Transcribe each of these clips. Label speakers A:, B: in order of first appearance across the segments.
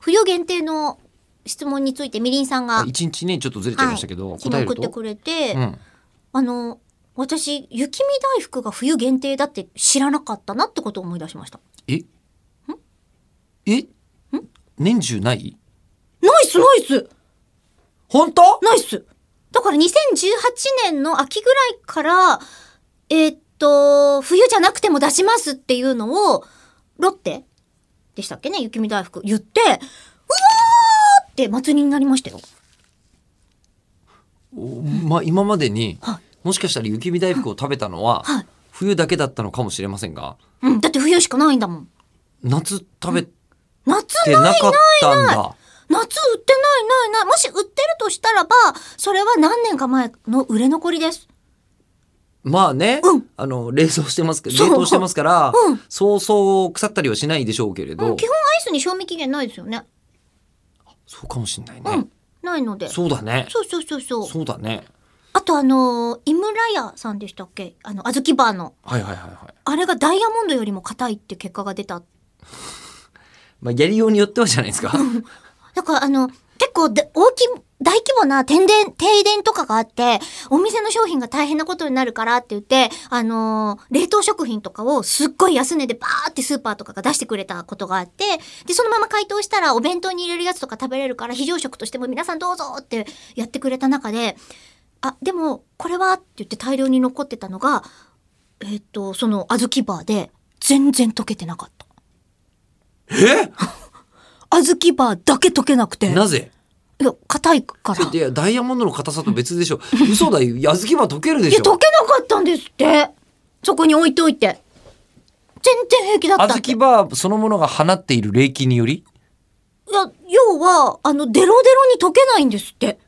A: 冬限定の質問についてみりんさんが、
B: あ一日ねちょっとずれちゃいましたけど、
A: はい
B: 答える
A: 送って
B: と、
A: くれて、
B: うん、
A: あの私雪見大福が冬限定だって知らなかったなってことを思い出しました
B: ええ年中ない
A: ナイスナイス
B: 本当
A: ナイスだから2018年の秋ぐらいから、えーっと、冬じゃなくても出しますっていうのを、ロッテでしたっけね、雪見大福言って、うわーって祭りになりましたよ。
B: おまあ、今までに、
A: は
B: もしかしたら雪見大福を食べたのは、
A: はい
B: 冬だけだったのかもしれませんが
A: うん、だって冬しかないんだもん。
B: 夏食べて
A: 夏
B: なかった
A: 夏売っ
B: んだ、
A: てないないない。もし売ってるとしたらば、それは何年か前の売れ残りです。
B: まあね、
A: うん
B: あの冷蔵してますけど
A: そう
B: 冷凍してますから、
A: うん
B: そうそう腐ったりはしないでしょうけれど、
A: うん、基本アイスに賞味期限ないですよね。
B: そうかもしれないね、
A: うん、ないので。
B: そうだね
A: そうそうそうそう。
B: そうだね
A: あとあのー、井村屋さんでしたっけあの、あずきバーの。
B: はいはいはいはい、
A: あれがダイヤモンドよりも硬いって結果が出た。
B: まあ、やりようによってはじゃないですか
A: だからあの、結構で大き、大規模な停電、停電とかがあって、お店の商品が大変なことになるからって言って、あのー冷凍食品とかをすっごい安値でバーってスーパーとかが出してくれたことがあって、で、そのまま解凍したらお弁当に入れるやつとか食べれるから、非常食としても皆さんどうぞってやってくれた中で、あ、でも、これはって言って大量に残ってたのが、えっ、と、その、小豆バーで、全然溶けてなかった。
B: え
A: 小豆バーだけ溶けなくて。
B: なぜ
A: いや、硬いから。
B: いやダイヤモンドの硬さと別でしょ 嘘だよ小豆は溶けるで
A: いや、
B: しょ
A: 溶けなかったんですって。そこに置いといて。全然平気だったっ
B: 小
A: て。い
B: 豆バーそのものが放っている冷気により
A: や、要は、あの、デロデロに溶けないんですって。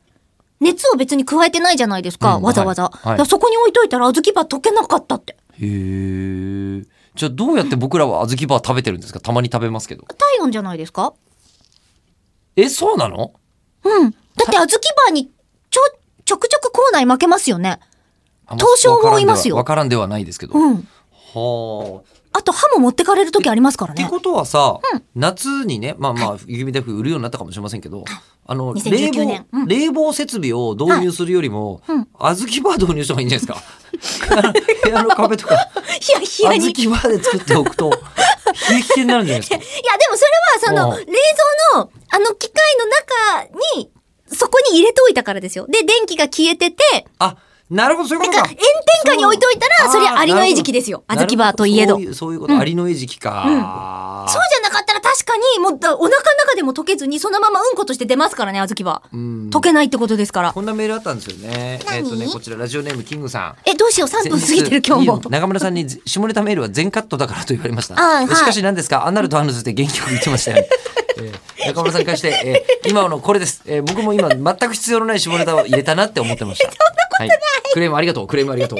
A: 熱を別に加えてないじゃないですか、
B: うん
A: わざわざ。
B: はいはい
A: いやそこに置いといたら、小豆バー溶けなかったって。
B: へえじゃあどうやって僕らは小豆バー食べてるんですかたまに食べますけど
A: 体温じゃないですか
B: えそうなの
A: うん。だって、小豆バーに、ちょ、ちょくちょく校内負けますよね。
B: あん
A: 東証もいますよ
B: わからんではわからんではないですけど、
A: うん。
B: はあ
A: あと、歯も持ってかれる時ありますから
B: って
A: ね。
B: ことはさ、夏にねまあまあ雪見大福売るようになったかもしれませんけど、あの冷
A: 2019
B: 房
A: 年,、うん
B: 冷房設備を導入するよりも、
A: うん
B: 小豆バー導入した方がいいんじゃないですか あの部屋の壁とか
A: ヒヤヒ
B: 小
A: ヤ
B: 豆
A: に。
B: バーで作っておくと冷え冷えになるんじゃないです か
A: いや、でもそれは、そ
B: う
A: の、冷
B: ん
A: 蔵の、あの機械の中に、そこに入れといたからですよ。で、電気が消えてて、
B: あなるほどそういうこ
A: だ
B: と
A: から
B: か
A: 炎天下に置いといたら、
B: う
A: そりゃありの餌食ですよ。あずきバーといえど。そ
B: な
A: う
B: る
A: じ
B: ほそういうそういうこと、
A: うん
B: ありの餌食か、
A: ゃなかったら確かに、もう、だお腹の中でも溶けずに、そのままうんことして出ますからね、あずきバー。
B: うん
A: 溶けないってことですから。
B: こんなメールあったんですよねえっ、
A: 何
B: とねこちらラジオネームキングさん
A: え、どうしよう、3分過ぎてる今日も。
B: 中村さんに下ネタメールは全カットだからと言われました。
A: あはい
B: しかし何ですかアナルとアヌズって元気よく言ってまし たよね。えー中村さんに関して、えー今のこれです、え ー僕も今全く必要のない下ネタを入れたなって思ってました。そんなことない、クレームありがとう、クレームありがとう。